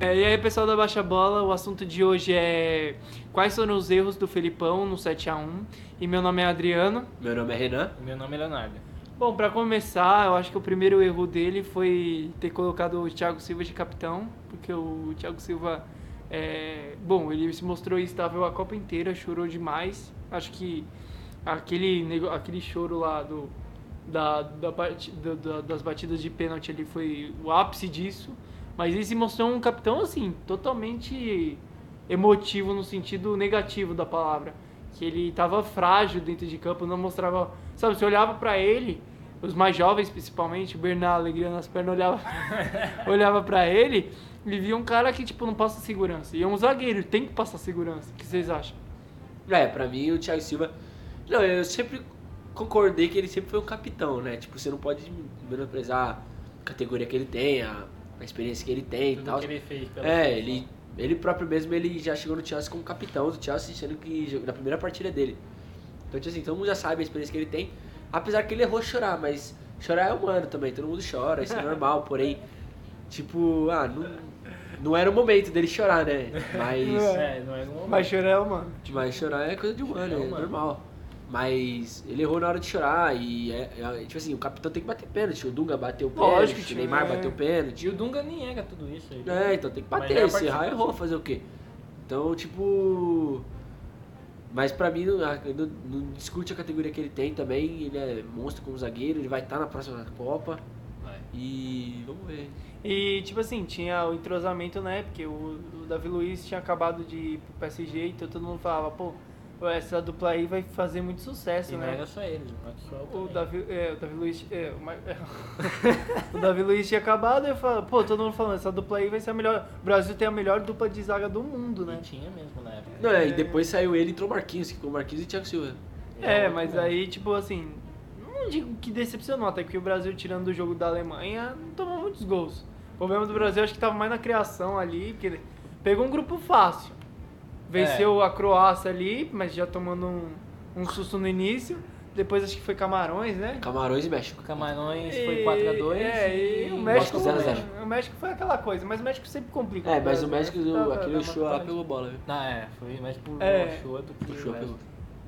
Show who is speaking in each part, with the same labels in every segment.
Speaker 1: É, E aí, pessoal da Baixa Bola, o assunto de hoje é quais foram os erros do Felipão no 7x1. E meu nome é Adriano.
Speaker 2: Meu nome é Renan.
Speaker 3: Meu nome é Leonardo.
Speaker 1: Bom, pra começar, eu acho que o primeiro erro dele foi ter colocado o Thiago Silva de capitão, porque o Thiago Silva, é, bom, ele se mostrou instável a Copa inteira, chorou demais. Acho que aquele, nego- aquele choro lá do, da, da bati- da- da- das batidas de pênalti ali foi o ápice disso. Mas ele se mostrou um capitão, assim, totalmente emotivo no sentido negativo da palavra. Que ele estava frágil dentro de campo, não mostrava. Sabe, você olhava pra ele, os mais jovens principalmente, o Bernardo Alegria nas pernas olhava, olhava para ele e via um cara que, tipo, não passa segurança. E é um zagueiro, tem que passar segurança. O que vocês acham?
Speaker 2: É, pra mim o Thiago Silva. Não, eu sempre concordei que ele sempre foi um capitão, né? Tipo, você não pode menosprezar a categoria que ele tem, a, a experiência que ele tem e
Speaker 3: Tudo
Speaker 2: tal.
Speaker 3: que ele fez pela
Speaker 2: É,
Speaker 3: seleção.
Speaker 2: ele, ele próprio mesmo ele já chegou no Chelsea como capitão do Chelsea, sendo que jogou na primeira partida dele. Então, tipo assim, todo mundo já sabe a experiência que ele tem. Apesar que ele errou chorar, mas chorar é humano também, todo mundo chora, isso é normal, porém, tipo, ah, não, não era o momento dele chorar, né? Mas.
Speaker 3: É, não é um
Speaker 1: Mas chorar, mano.
Speaker 2: Mas chorar é coisa de humano,
Speaker 3: É
Speaker 2: é,
Speaker 3: humano.
Speaker 2: normal. Mas ele errou na hora de chorar e é, é- tipo assim, o capitão tem que bater pênalti, o Dunga bateu pênalti,
Speaker 1: Lógico,
Speaker 2: o
Speaker 1: tio,
Speaker 2: Neymar
Speaker 1: é.
Speaker 2: bateu pênalti.
Speaker 3: E o Dunga nem era tudo isso. Ele...
Speaker 2: É, então tem que
Speaker 3: Mas
Speaker 2: bater.
Speaker 3: ele
Speaker 2: Se errar,
Speaker 3: participou.
Speaker 2: errou. Fazer o quê? Então, tipo. Mas pra mim, não, ah, não- não discute a categoria que ele tem também. Ele é monstro como zagueiro, ele vai estar na próxima Copa.
Speaker 3: Vai.
Speaker 2: E vamos ver.
Speaker 1: E, tipo assim, tinha o entrosamento, né? Porque o, o Davi Luiz tinha acabado de ir pro PSG, então todo mundo falava, pô, essa dupla aí vai fazer muito sucesso,
Speaker 3: E não
Speaker 1: né?
Speaker 3: era só ele, mas só
Speaker 1: O
Speaker 3: também.
Speaker 1: Davi, é, o Davi Luiz. É, o, Ma- o Davi Luiz tinha acabado e eu falo, pô, todo mundo falando, essa dupla aí vai ser a melhor. O Brasil tem a melhor dupla de zaga do mundo, né?
Speaker 3: Não tinha mesmo na época.
Speaker 2: Não, é, e depois saiu ele e entrou o Marquinhos, que ficou o Marquinhos e Thiago Silva.
Speaker 1: É,
Speaker 3: É,
Speaker 1: mas
Speaker 3: muito bom.
Speaker 1: aí, tipo assim, não digo que decepcionou, até porque o Brasil, tirando do jogo da Alemanha, não tomou muitos gols. O problema do Brasil acho que tava mais na criação ali, porque pegou um grupo fácil. Venceu a Croácia ali, mas já tomando um, um susto no início. Depois acho que foi Camarões, né?
Speaker 2: Camarões e México.
Speaker 3: O Camarões
Speaker 1: E-
Speaker 3: foi 4x2.
Speaker 1: É, e, o
Speaker 2: México
Speaker 1: México.
Speaker 2: zero a zero.
Speaker 1: O México foi aquela coisa, mas o México sempre complica.
Speaker 2: É, mas
Speaker 1: Brasil,
Speaker 2: o México,
Speaker 1: né? Dá- dá- dá
Speaker 2: aquele
Speaker 1: uma
Speaker 2: show lá
Speaker 1: vantagem.
Speaker 2: pegou bola, viu?
Speaker 3: Ah, é, foi mais por
Speaker 1: É.
Speaker 3: show do que.
Speaker 2: Puxou, pegou.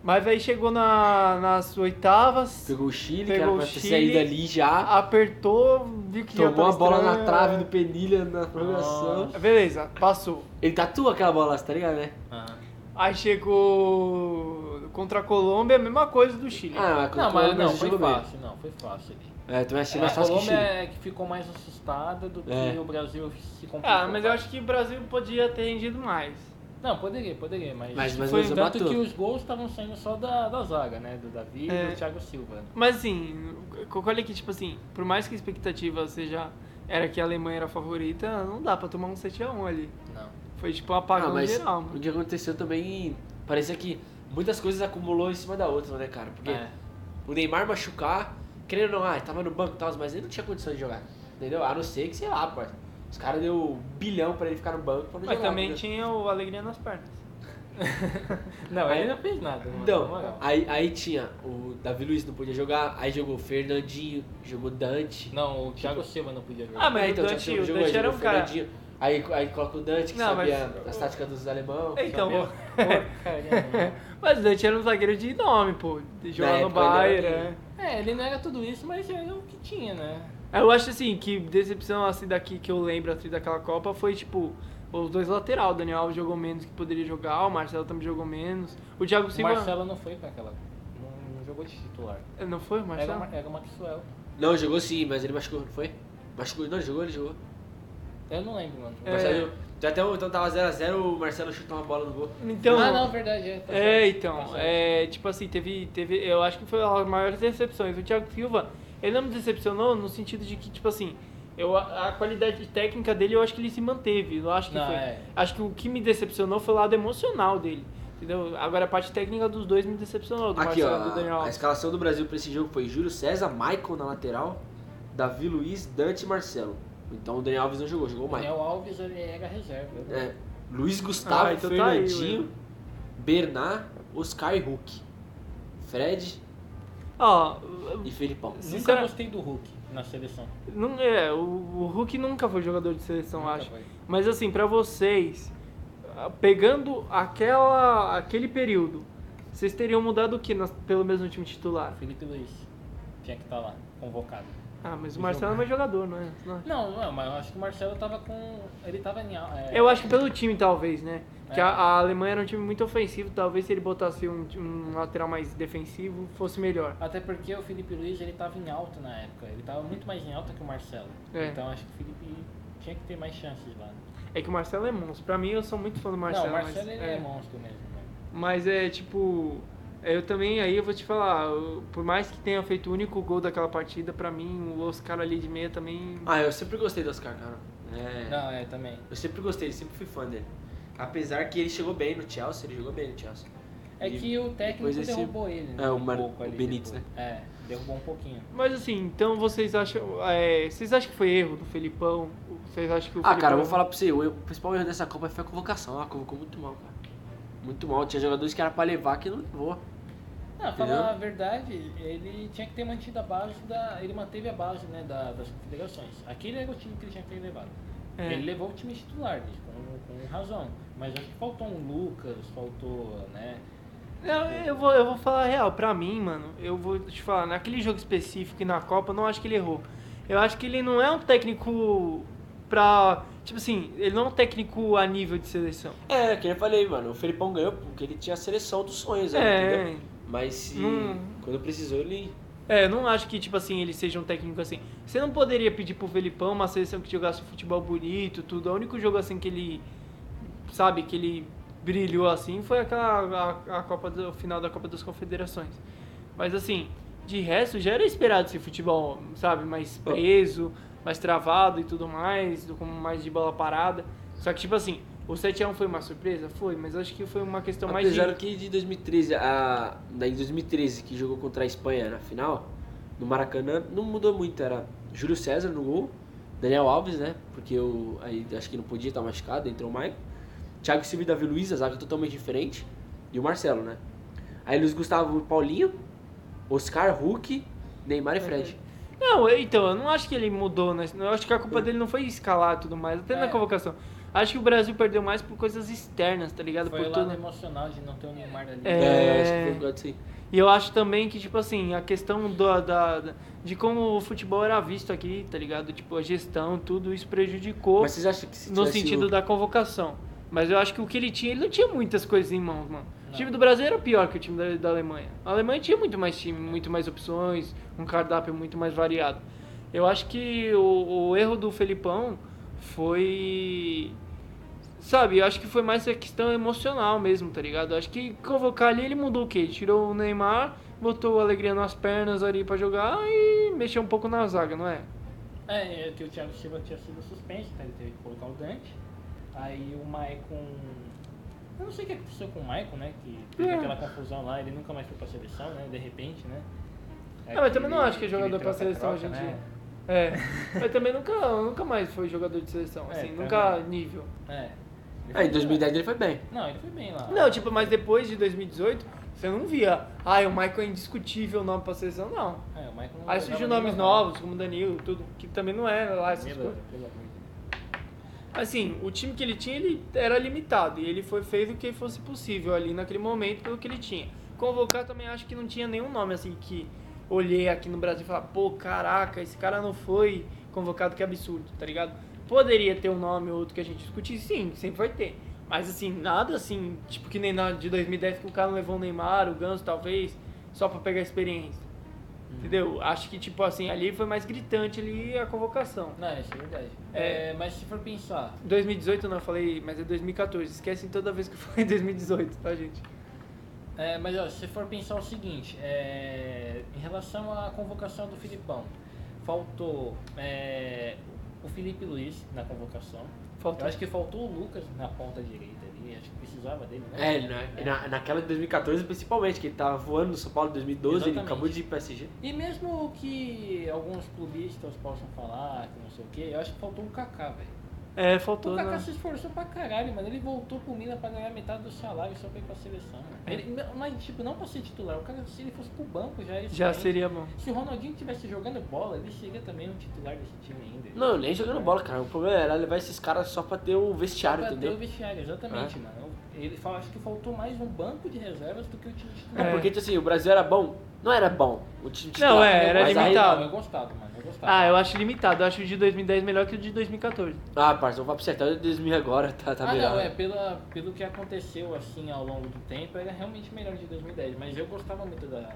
Speaker 1: Mas aí chegou na- nas oitavas,
Speaker 2: Pegou o Chile, que era
Speaker 1: Pegou
Speaker 2: pra
Speaker 1: o
Speaker 2: ter
Speaker 1: Chile,
Speaker 2: saído ali já.
Speaker 1: apertou, viu que já
Speaker 2: Tomou a
Speaker 1: tava
Speaker 2: bola na
Speaker 1: estranho,
Speaker 2: trave
Speaker 1: é.
Speaker 2: do Penilha na prorrogação.
Speaker 1: Beleza, passou.
Speaker 2: Ele tatua aquela bola, você tá ligado, né?
Speaker 3: Ah.
Speaker 1: Aí chegou contra a Colômbia, a mesma coisa do Chile.
Speaker 2: Ah,
Speaker 3: Não, mas não, foi
Speaker 2: jogo bem.
Speaker 3: fácil, não, foi fácil ali.
Speaker 2: É, tu vai achar
Speaker 3: É, a
Speaker 2: mais fácil que o
Speaker 3: Colômbia
Speaker 2: Chile.
Speaker 3: é que ficou mais assustada do que
Speaker 2: É.
Speaker 3: o Brasil se complicou.
Speaker 1: Ah, mas eu acho que o Brasil podia ter rendido mais.
Speaker 3: Não, poderia, poderia, mas.
Speaker 2: Mas- mas
Speaker 3: foi
Speaker 2: você
Speaker 3: tanto
Speaker 2: matou.
Speaker 3: que os gols estavam saindo só da, da zaga, né? Do Davi
Speaker 1: É.
Speaker 3: e do Thiago Silva.
Speaker 1: Mas assim, olha que, tipo assim, por mais que a expectativa seja era que a Alemanha era a favorita, não dá pra tomar um 7x1 ali.
Speaker 3: Não.
Speaker 1: Foi tipo um apagão
Speaker 2: Ah, mas
Speaker 1: geral,
Speaker 2: o
Speaker 1: mano.
Speaker 2: que aconteceu também, parecia que muitas coisas acumulou em cima da outra, né, cara? Porque
Speaker 3: É.
Speaker 2: o Neymar machucar, querendo ou não, ah, tava no banco e tal, mas ele não tinha condição de jogar, entendeu? A não ser que, sei lá, pô, os caras deu um bilhão pra ele ficar no banco pra não
Speaker 1: Mas
Speaker 2: jogar.
Speaker 1: também
Speaker 2: entendeu?
Speaker 1: tinha o Alegria nas pernas.
Speaker 3: Não, ele não fez nada, mano. na
Speaker 2: Então,
Speaker 3: moral.
Speaker 2: aí, aí tinha o Davi Luiz não podia jogar, aí jogou o Fernandinho, jogou Dante.
Speaker 3: Não, o Thiago Silva não podia jogar.
Speaker 1: Ah, mas
Speaker 2: É,
Speaker 1: o
Speaker 2: tinha
Speaker 1: Dante-
Speaker 2: que
Speaker 1: o
Speaker 2: jogar,
Speaker 1: Dante
Speaker 2: jogou
Speaker 1: era um
Speaker 2: o
Speaker 1: cara-
Speaker 2: Fernandinho. Aí, aí coloca o Dante, que
Speaker 1: Não, mas-
Speaker 2: sabia as táticas dos alemão.
Speaker 1: Então,
Speaker 2: campeão.
Speaker 1: mas o Dante era um zagueiro de nome, pô. De jogar no
Speaker 2: época ele era
Speaker 1: Bayern,
Speaker 2: bem-
Speaker 1: né?
Speaker 3: É, ele não era tudo isso, mas era o que tinha, né?
Speaker 1: Eu acho assim, que decepção assim daqui que eu lembro assim, daquela Copa foi tipo os dois lateral, o Daniel Alves jogou menos que poderia jogar, o Marcelo também jogou menos. O Thiago
Speaker 3: O
Speaker 1: Silva
Speaker 3: Marcelo não foi pra aquela. Não, não jogou de titular.
Speaker 1: não foi o
Speaker 3: Era, o
Speaker 1: Marcelo?
Speaker 3: Ma- era o Maxwell.
Speaker 2: Não, jogou sim, mas ele machucou, não foi? Machucou, não, ele jogou, ele jogou.
Speaker 3: Eu não lembro, mano.
Speaker 1: É.
Speaker 2: Marcelo, já até o- então tava 0x0, o Marcelo chutou uma bola no gol.
Speaker 1: Então,
Speaker 3: ah, não, verdade. É, tá
Speaker 1: é,
Speaker 3: certo, tá
Speaker 1: então,
Speaker 3: certo.
Speaker 1: é, tipo assim, teve teve, eu acho que foi as maiores decepções. O Thiago Silva, ele não me decepcionou no sentido de que tipo assim, eu, a a qualidade técnica dele, eu acho que ele se manteve. Eu acho que
Speaker 3: Não,
Speaker 1: foi.
Speaker 3: é.
Speaker 1: Acho que o que me decepcionou foi o lado emocional dele. Entendeu? Agora a parte técnica dos dois me decepcionou, do
Speaker 2: Aqui,
Speaker 1: Marcelo e do Daniel
Speaker 2: ó, a
Speaker 1: Alves.
Speaker 2: escalação do Brasil pra esse jogo foi Júlio César, Maicon na lateral, Davi Luiz, Dante e Marcelo. Então o Daniel Alves não jogou, jogou o
Speaker 3: O
Speaker 2: Maicon.
Speaker 3: Daniel Alves ele era reserva.
Speaker 2: É, Luiz Gustavo,
Speaker 1: Ah, então tá aí,
Speaker 2: Fernandinho, Bernard, Oscar e Hulk. Fred,
Speaker 1: Ó,
Speaker 2: E Felipão.
Speaker 3: Nunca
Speaker 1: Sincera-
Speaker 3: gostei do Hulk na seleção.
Speaker 1: não, é, o, o Hulk nunca foi jogador de seleção,
Speaker 3: Nunca
Speaker 1: acho.
Speaker 3: foi.
Speaker 1: Mas assim, pra vocês, ah, pegando aquela, aquele período, vocês teriam mudado o que nas- pelo mesmo time titular?
Speaker 3: Felipe Luiz
Speaker 2: é
Speaker 3: tinha que
Speaker 2: tá
Speaker 3: estar lá, convocado.
Speaker 1: Ah, mas o Marcelo é mais jogador, não é? Não é?
Speaker 3: Não, não, mas eu acho que o Marcelo tava com. Ele tava em. al- É,
Speaker 1: Eu acho que pelo time, talvez, né? Porque
Speaker 3: É.
Speaker 1: a, a Alemanha era um time muito ofensivo, talvez se ele botasse um, um lateral mais defensivo, fosse melhor.
Speaker 3: Até porque o Felipe Luiz ele tava em alta na época. Ele tava muito mais em alta que o Marcelo.
Speaker 1: É.
Speaker 3: Então acho que o Felipe tinha que ter mais chances lá.
Speaker 1: É que o Marcelo é monstro. Pra mim, eu sou muito fã do Marcelo.
Speaker 3: não, o Marcelo
Speaker 1: mas,
Speaker 3: ele é. monstro mesmo. né?
Speaker 1: Mas é tipo. Eu também, aí eu vou te falar, eu- por mais que tenha feito o único gol daquela partida, pra mim, o Oscar ali de meia também.
Speaker 2: Ah, eu sempre gostei do Oscar, cara. É.
Speaker 3: Não, é também.
Speaker 2: Eu sempre gostei, sempre fui fã dele. Apesar que ele chegou bem no Chelsea, ele jogou bem no Chelsea.
Speaker 3: É
Speaker 2: E
Speaker 3: que o técnico
Speaker 2: depois esse-
Speaker 3: derrubou ele, né?
Speaker 2: É, o Mar- o
Speaker 3: ali
Speaker 2: Benítez, né?
Speaker 3: depois. É, derrubou um pouquinho.
Speaker 1: Mas assim, então vocês acham. é, vocês acham que foi erro do Felipão? Vocês acham que o
Speaker 2: Ah,
Speaker 1: Felipão-
Speaker 2: cara, eu vou falar pra você, o erro- o principal erro dessa Copa foi a convocação. Ela convocou muito mal, cara. Muito mal. Tinha jogadores que era pra levar que não levou.
Speaker 3: Não,
Speaker 2: Entendeu?
Speaker 3: falar a verdade, ele tinha que ter mantido a base da. Ele manteve a base né, da- das confederações. Aquele era o time que ele tinha que ter levado.
Speaker 1: É.
Speaker 3: Ele levou o time titular, né, com, com razão. Mas acho que faltou um Lucas, faltou, né?
Speaker 1: Não, eu vou, eu vou falar a real. Pra mim, mano, eu vou te falar, naquele jogo específico e na Copa, eu não acho que ele errou. Eu acho que ele não é um técnico pra. Tipo assim, ele não é um técnico a nível de seleção.
Speaker 2: É, que eu falei, mano, o Felipão ganhou porque ele tinha a seleção dos sonhos, ali,
Speaker 1: É.
Speaker 2: entendeu? Mas se.
Speaker 1: Hum.
Speaker 2: Quando precisou, ele.
Speaker 1: É, eu não acho que, tipo assim, ele seja um técnico assim. Você não poderia pedir pro Felipão uma seleção que jogasse futebol bonito, tudo. O único jogo assim que ele. Sabe, que ele brilhou assim foi aquela. A, a Copa do, o final da Copa das Confederações. Mas assim, de resto já era esperado esse futebol, sabe, mais preso, mais travado e tudo mais, como mais de bola parada. Só que, tipo assim, o 7x1 foi uma surpresa? Foi, mas acho que foi uma questão mais de.
Speaker 2: Apesar que de 2013, a. Daí em 2013, que jogou contra a Espanha na final, no Maracanã, não mudou muito. Era Júlio César no gol, Daniel Alves, né? Porque eu aí acho que não podia estar machucado, entrou o Maicon. Thiago Silva e Davi Luiz, a zaga totalmente diferente. E o Marcelo, né? Aí Luiz Gustavo e Paulinho, Oscar, Hulk,
Speaker 1: É.
Speaker 2: Neymar e Fred.
Speaker 1: Não, eu- então, eu não acho que ele mudou, né? Eu acho que a culpa dele não foi escalar e tudo mais, até na
Speaker 3: É.
Speaker 1: convocação. Acho que o Brasil perdeu mais por coisas externas, tá ligado?
Speaker 3: Foi
Speaker 1: por
Speaker 3: lá
Speaker 1: tudo.
Speaker 3: no emocional de não ter o Neymar ali.
Speaker 1: É.
Speaker 2: acho que foi por causa disso aí.
Speaker 1: E eu acho também que, tipo assim, a questão do, da, da- de como o futebol era visto aqui, tá ligado? Tipo, a gestão, tudo isso prejudicou
Speaker 2: Mas vocês acham que se
Speaker 1: no
Speaker 2: tivesse
Speaker 1: sentido
Speaker 2: o-
Speaker 1: da convocação. Mas eu acho que o que ele tinha, ele não tinha muitas coisas em mãos, mano. O
Speaker 3: Não.
Speaker 1: time do Brasil era pior que o time da, da Alemanha. A Alemanha tinha muito mais time, muito mais opções, um cardápio muito mais variado. Eu acho que o, o erro do Felipão foi. Sabe, eu acho que foi mais a questão emocional mesmo, tá ligado? Eu acho que convocar ali ele mudou o quê? Tirou o Neymar, botou o Alegria nas pernas ali pra jogar e mexeu um pouco na zaga, não é?
Speaker 3: É, é que o Thiago Silva tinha sido suspenso, então ele teve que colocar o Dante. Aí o Maicon. Eu não sei o que aconteceu com o Maicon, né? Que teve
Speaker 1: É.
Speaker 3: aquela confusão lá, ele nunca mais foi pra seleção, né? De repente, né?
Speaker 1: Não, mas também não
Speaker 3: Aquele-
Speaker 1: acho que é jogador
Speaker 3: aquele
Speaker 1: pra seleção hoje em
Speaker 3: troca-troca,
Speaker 1: dia.
Speaker 3: né?
Speaker 1: É. Mas também nunca, nunca mais foi jogador de seleção,
Speaker 3: É,
Speaker 1: assim,
Speaker 3: tá
Speaker 1: nunca
Speaker 3: vendo?
Speaker 1: nível.
Speaker 3: É. Ele
Speaker 2: Ah, em
Speaker 3: foi bem lá.
Speaker 2: 2010 ele foi bem.
Speaker 3: Não, ele foi bem lá.
Speaker 1: Não, tipo, mas depois de 2018, você não via. Ah, o Michael é indiscutível o nome pra seleção, não.
Speaker 3: É, o Maicon não
Speaker 1: Aí
Speaker 3: jogava
Speaker 1: surgiu
Speaker 3: nem
Speaker 1: nomes
Speaker 3: mais.
Speaker 1: novos, como Danilo, tudo, que também não era lá essas
Speaker 3: Danilo,
Speaker 1: coisas.
Speaker 3: pelo amor de Deus.
Speaker 1: Assim, o time que ele tinha, ele era limitado. E ele foi, fez o que fosse possível ali naquele momento, pelo que ele tinha. Convocar também acho que não tinha nenhum nome, assim, que olhei aqui no Brasil e falar, pô, caraca, esse cara não foi convocado, que absurdo, tá ligado? Poderia ter um nome ou outro que a gente discutisse, sim, sempre vai ter. Mas assim, nada assim, tipo que nem na de 2010 que o cara não levou o Neymar, o Ganso talvez, só pra pegar experiência. Entendeu? Acho que, tipo assim, ali foi mais gritante ali a convocação.
Speaker 3: Não, isso é verdade.
Speaker 1: É.
Speaker 3: É, mas se for pensar,
Speaker 1: 2018 não, eu falei, mas é 2014. Esquecem toda vez que eu falei 2018, tá, gente?
Speaker 3: É, mas ó, se for pensar o seguinte, é, em relação à convocação do Filipão, faltou é, o Felipe Luiz na convocação.
Speaker 1: Faltou.
Speaker 3: Eu acho que faltou o Lucas na ponta direita ali, acho que precisava dele, né?
Speaker 2: É, na, na- naquela de 2014 principalmente, que ele tava voando no São Paulo em 2012, ele
Speaker 3: Exatamente.
Speaker 2: acabou de ir pra SG.
Speaker 3: E mesmo que alguns clubistas possam falar, que não sei o que, eu acho que faltou o Kaká, velho.
Speaker 1: É,
Speaker 3: O
Speaker 1: faltou.
Speaker 3: Kaká
Speaker 1: né?
Speaker 3: se esforçou pra caralho, mano. Ele voltou pro Milan pra ganhar metade do salário só pra ir pra seleção. mano.
Speaker 2: É.
Speaker 3: Ele- não- mas, tipo, não pra ser titular. O cara, se ele fosse pro banco, já ia
Speaker 1: Já
Speaker 3: ser-
Speaker 1: seria bom.
Speaker 3: Se o Ronaldinho tivesse jogando bola, ele seria também um titular desse time ainda.
Speaker 2: Não, nem jogando bola, cara. O problema era levar esses caras só pra ter o vestiário,
Speaker 3: Pra ter o
Speaker 1: um
Speaker 2: entendeu? É.
Speaker 3: vestiário, exatamente, mano. Ele fala, acho que faltou mais um banco de reservas do que o time titular.
Speaker 2: É.
Speaker 1: É.
Speaker 2: Porque, tipo assim, o Brasil era bom. Não era bom. O time titular.
Speaker 1: Não, é, era
Speaker 2: Mas aí-
Speaker 1: limitado.
Speaker 3: Eu gostava, mano. Eu gostava.
Speaker 1: Ah, eu acho limitado. Eu acho o de 2010 melhor que o de 2014.
Speaker 2: Ah, parça, eu vou pro até o 2000 agora, tá, tá
Speaker 3: Ah,
Speaker 2: melhor.
Speaker 3: não, é, pela, pelo que aconteceu assim ao longo do tempo, era realmente melhor de 2010, mas eu gostava muito da.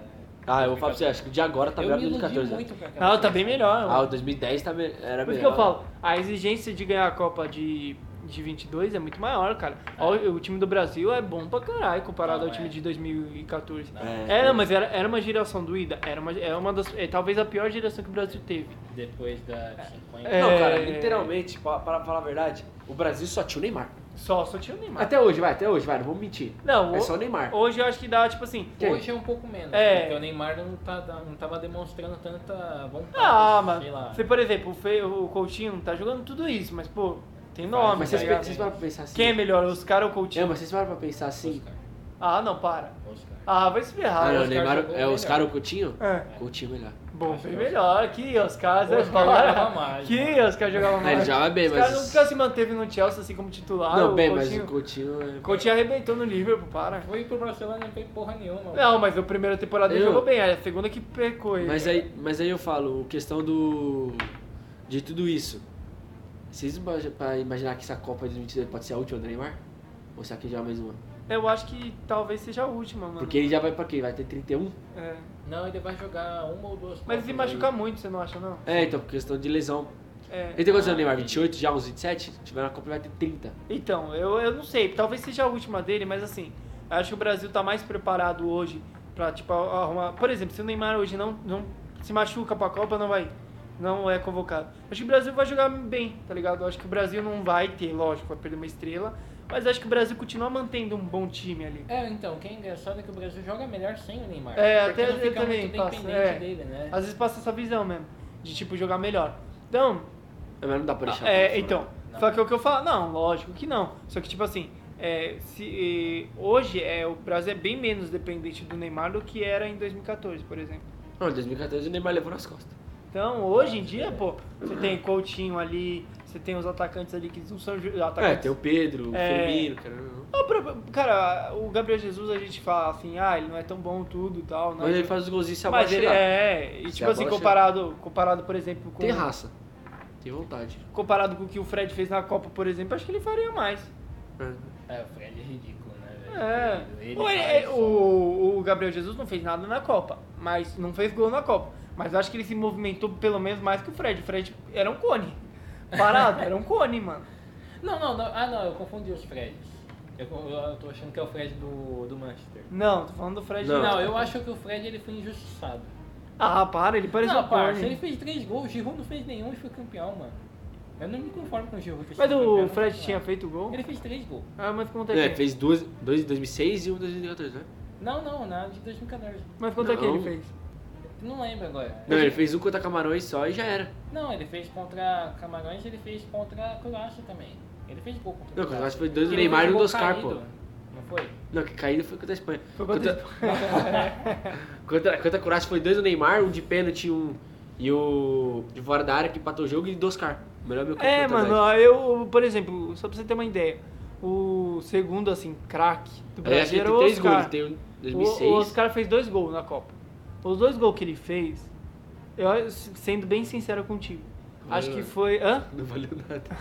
Speaker 2: Ah, eu vou falar pra você, acho que o de agora tá
Speaker 3: eu
Speaker 2: melhor
Speaker 3: me
Speaker 2: que o de
Speaker 3: iludi
Speaker 2: 14. né?
Speaker 3: muito com aquela
Speaker 1: Não, tá
Speaker 3: seleção.
Speaker 1: bem melhor.
Speaker 2: Ah, o 2010 tá me... era melhor.
Speaker 1: Por isso que eu falo, a exigência de ganhar a Copa de, de 22 é muito maior, cara. Ó, O, o time do Brasil é bom pra caralho comparado
Speaker 3: Não,
Speaker 1: ao time
Speaker 3: é.
Speaker 1: de 2014.
Speaker 2: É,
Speaker 1: É,
Speaker 2: é.
Speaker 1: não, mas era, era uma geração doída. Era uma, era uma das, é, talvez a pior geração que o Brasil teve.
Speaker 3: Depois da de 50.
Speaker 1: É.
Speaker 2: Não, cara, literalmente, pra, pra falar a verdade, o Brasil só tinha o Neymar.
Speaker 1: Só, só tinha o Neymar.
Speaker 2: Até hoje, vai, até hoje, vai, não vamos mentir.
Speaker 1: Não,
Speaker 2: é
Speaker 1: o-
Speaker 2: só o Neymar.
Speaker 1: Hoje eu acho que dá, tipo assim...
Speaker 2: Quem?
Speaker 3: Hoje é um pouco menos,
Speaker 1: É.
Speaker 3: porque o Neymar não, tá, não tava demonstrando tanta vontade.
Speaker 1: Ah,
Speaker 3: sei lá.
Speaker 1: mano. Você, por exemplo, o, Fe, o Coutinho tá jogando tudo isso, mas, pô, tem
Speaker 3: Vai,
Speaker 1: nome,
Speaker 2: Mas
Speaker 1: tá
Speaker 2: vocês,
Speaker 1: ligado?
Speaker 2: vocês param pra pensar assim.
Speaker 1: Quem é melhor, os caras ou o
Speaker 2: É,
Speaker 1: Coutinho?
Speaker 2: mas vocês param pra pensar assim.
Speaker 3: Oscar,
Speaker 1: Ah, não, para.
Speaker 3: Oscar.
Speaker 1: Ah, vai se ferrar.
Speaker 2: Ah, não, o
Speaker 1: Oscar
Speaker 2: Neymar
Speaker 3: jogou
Speaker 2: é
Speaker 3: melhor.
Speaker 2: os caras o Coutinho?
Speaker 1: É.
Speaker 2: Coutinho melhor.
Speaker 1: Bom,
Speaker 3: Acho
Speaker 1: bem
Speaker 3: que
Speaker 1: melhor aqui, os caras.
Speaker 3: Oscar jogava mais, né?
Speaker 1: Que
Speaker 3: mano.
Speaker 1: os caras jogavam
Speaker 2: Ah,
Speaker 1: mais.
Speaker 2: ele jogava bem,
Speaker 1: os
Speaker 2: mas.
Speaker 1: caras nunca se manteve no Chelsea assim como titular.
Speaker 2: Não,
Speaker 1: o
Speaker 2: bem, mas
Speaker 1: Coutinho,
Speaker 2: o Coutinho. é-
Speaker 1: Coutinho arrebentou no Liverpool, para.
Speaker 3: Foi pro Barcelona e não fez porra nenhuma.
Speaker 1: Não, mas a primeira temporada ele
Speaker 2: Eu-
Speaker 1: jogou bem, aí a segunda que pecou ele.
Speaker 2: Mas aí, mas aí eu falo, questão do. de tudo isso. Vocês ima- pra imaginar que essa Copa de 2022 pode ser a última do Neymar? Ou será que já é mais uma?
Speaker 1: Eu acho que talvez seja a última, mano.
Speaker 2: Porque ele já vai pra quê? Vai ter 31?
Speaker 1: É.
Speaker 3: Não, ele vai jogar uma ou duas
Speaker 1: Mas ele
Speaker 3: Copas
Speaker 1: machuca muito, você não acha, não?
Speaker 2: É, então, por questão de lesão.
Speaker 1: É.
Speaker 2: Ele tem quantos anos, Neymar? 28, já uns 27? Se tiver na Copa, ele vai ter 30.
Speaker 1: Então, eu, eu não sei, talvez seja a última dele, mas assim, eu acho que o Brasil tá mais preparado hoje pra, tipo, arrumar. Por exemplo, se o Neymar hoje não, não se machuca pra Copa, não vai. Não é convocado. Acho que o Brasil vai jogar bem, tá ligado? Acho que o Brasil não vai ter, lógico, vai perder uma estrela, mas acho que o Brasil continua mantendo um bom time ali.
Speaker 3: É, então, o que é engraçado é que o Brasil joga melhor sem o Neymar.
Speaker 1: É,
Speaker 3: porque
Speaker 1: até
Speaker 3: não
Speaker 1: eu
Speaker 3: fica
Speaker 1: também
Speaker 3: muito
Speaker 1: passa.
Speaker 3: dependente
Speaker 1: é.
Speaker 3: dele, né?
Speaker 1: Às vezes passa essa visão mesmo, de tipo jogar melhor. Então,
Speaker 2: Mas não dá pra deixar. pra
Speaker 1: É,
Speaker 2: fora.
Speaker 1: então.
Speaker 3: Não.
Speaker 1: Só que é o que eu falo. Não, lógico que não. Só que, tipo assim, é, se, eh, hoje é, o Brasil é bem menos dependente do Neymar do que era em 2014, por exemplo.
Speaker 2: Não, em 2014 o Neymar levou nas costas.
Speaker 1: Então, hoje
Speaker 2: É,
Speaker 1: em dia, pô, você tem Coutinho ali, você tem os atacantes ali que não são ju-
Speaker 2: É,
Speaker 1: atacantes.
Speaker 2: tem o Pedro, o
Speaker 1: Tá É.
Speaker 2: Firmino, cara. não.
Speaker 1: Ah, pro- Cara, o Gabriel Jesus a gente fala assim, ah, ele não é tão bom tudo e tal, né?
Speaker 2: Mas ele faz os golzinhos se a bola
Speaker 1: Mas ele
Speaker 2: chegar.
Speaker 1: é, e
Speaker 2: Se
Speaker 1: tipo
Speaker 2: a
Speaker 1: assim,
Speaker 2: bola
Speaker 1: comparado, comparado, por exemplo, com
Speaker 2: Tem raça. Tem vontade.
Speaker 1: comparado com o que o Fred fez na Copa, por exemplo, acho que ele faria mais.
Speaker 2: É.
Speaker 3: É, o Fred é ridículo, né?
Speaker 1: É.
Speaker 3: velho?
Speaker 1: Ou ele-
Speaker 3: faz-
Speaker 1: o, o Gabriel Jesus não fez nada na Copa, mas não fez gol na Copa. Mas eu acho que ele se movimentou pelo menos mais que o Fred. O Fred era um cone. Parado, era um cone, mano.
Speaker 3: Não, não, não. Ah, não, eu confundi os Freds. Eu, co- eu tô achando que é o Fred do, do Manchester.
Speaker 1: Não, tô falando do Fred.
Speaker 2: Não.
Speaker 3: Não, eu acho que o Fred ele foi injustiçado.
Speaker 1: Ah, para, ele parece
Speaker 3: não,
Speaker 1: um
Speaker 3: parça,
Speaker 1: cone.
Speaker 3: ele fez três gols, o Giroud não fez nenhum e foi campeão, mano. Eu não me conformo com o Giroud. ter
Speaker 1: Mas
Speaker 3: sido
Speaker 1: o
Speaker 3: campeão,
Speaker 1: Fred
Speaker 3: não.
Speaker 1: tinha feito gol?
Speaker 3: Ele fez três gols.
Speaker 1: Ah, mas quanto é que
Speaker 2: É, fez duas, dois em 2006 e um em 2014, né?
Speaker 3: Não, não, na de 2014.
Speaker 1: Mas quanto é que
Speaker 2: Não.
Speaker 1: ele fez?
Speaker 3: Não lembro agora.
Speaker 2: Não, ele fez um contra Camarões só e já era.
Speaker 3: Não, ele fez contra Camarões ele fez contra a Croácia também. Ele fez gol contra a
Speaker 2: Não,
Speaker 3: Croácia.
Speaker 2: acho que foi dois do
Speaker 3: Ele
Speaker 2: Neymar
Speaker 3: fez
Speaker 2: e um
Speaker 3: gol
Speaker 2: do Oscar, pô.
Speaker 3: caído, Não foi?
Speaker 2: Não, que caído foi contra a Espanha.
Speaker 1: né? Foi
Speaker 3: é-
Speaker 1: contra a
Speaker 2: contra, contra a Croácia foi dois do Neymar, um de pênalti um, e o de fora da área que empatou o jogo e do Oscar. O melhor meu campo
Speaker 1: É,
Speaker 2: do
Speaker 1: mano,
Speaker 2: Atlético.
Speaker 1: ó, eu, por exemplo, só pra você ter uma ideia, o segundo, assim, craque do
Speaker 2: Aliás,
Speaker 1: Brasil
Speaker 2: ele
Speaker 1: era
Speaker 2: É, tem
Speaker 1: o
Speaker 2: três gols,
Speaker 1: Oscar.
Speaker 2: ele tem um em
Speaker 1: O,
Speaker 2: 2006.
Speaker 1: o Oscar fez dois gols na Copa. Os dois gols que ele fez, eu, sendo bem sincero contigo,
Speaker 2: Não
Speaker 1: acho que
Speaker 2: valeu
Speaker 3: né?
Speaker 2: nada.
Speaker 1: foi. Hã?
Speaker 2: Não valeu nada.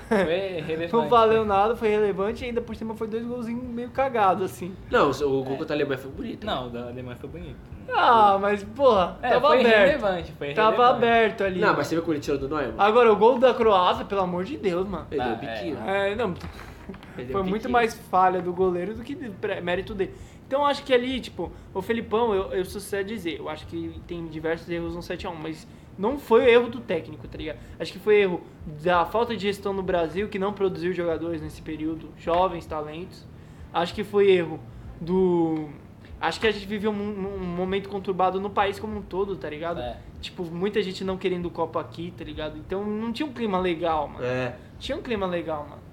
Speaker 3: Foi relevante.
Speaker 1: Não valeu nada, foi relevante e ainda por cima foi dois golzinhos meio cagados, assim.
Speaker 2: Não, o, o gol contra a Alemanha foi bonito.
Speaker 3: Não, o da Alemanha foi bonito.
Speaker 1: Ah, mas porra,
Speaker 3: É,
Speaker 1: tava
Speaker 3: foi
Speaker 1: aberto.
Speaker 3: relevante, foi
Speaker 1: Tava
Speaker 3: relevante.
Speaker 1: aberto ali.
Speaker 2: Não,
Speaker 1: mano.
Speaker 2: mas você viu quando ele tirou do Neuer? mano?
Speaker 1: Agora, o gol da Croácia, pelo amor de Deus, mano.
Speaker 2: Ele deu
Speaker 3: Ah,
Speaker 2: um biquinho.
Speaker 1: É, não.
Speaker 2: Ele deu
Speaker 1: Foi
Speaker 2: um
Speaker 1: muito
Speaker 2: biquinho.
Speaker 1: mais falha do goleiro do que de- pré- mérito dele. Então acho que ali, tipo, o Felipão, eu, eu sucesso dizer, eu acho que tem diversos erros no 7x1, mas não foi erro do técnico, tá ligado? Acho que foi erro da falta de gestão no Brasil, que não produziu jogadores nesse período, jovens talentos. Acho que foi erro do. Acho que a gente viveu um, um momento conturbado no país como um todo, tá ligado?
Speaker 3: É.
Speaker 1: Tipo, muita gente não querendo Copa aqui, tá ligado? Então não tinha um clima legal, mano.
Speaker 2: É.
Speaker 1: Tinha um clima legal, mano.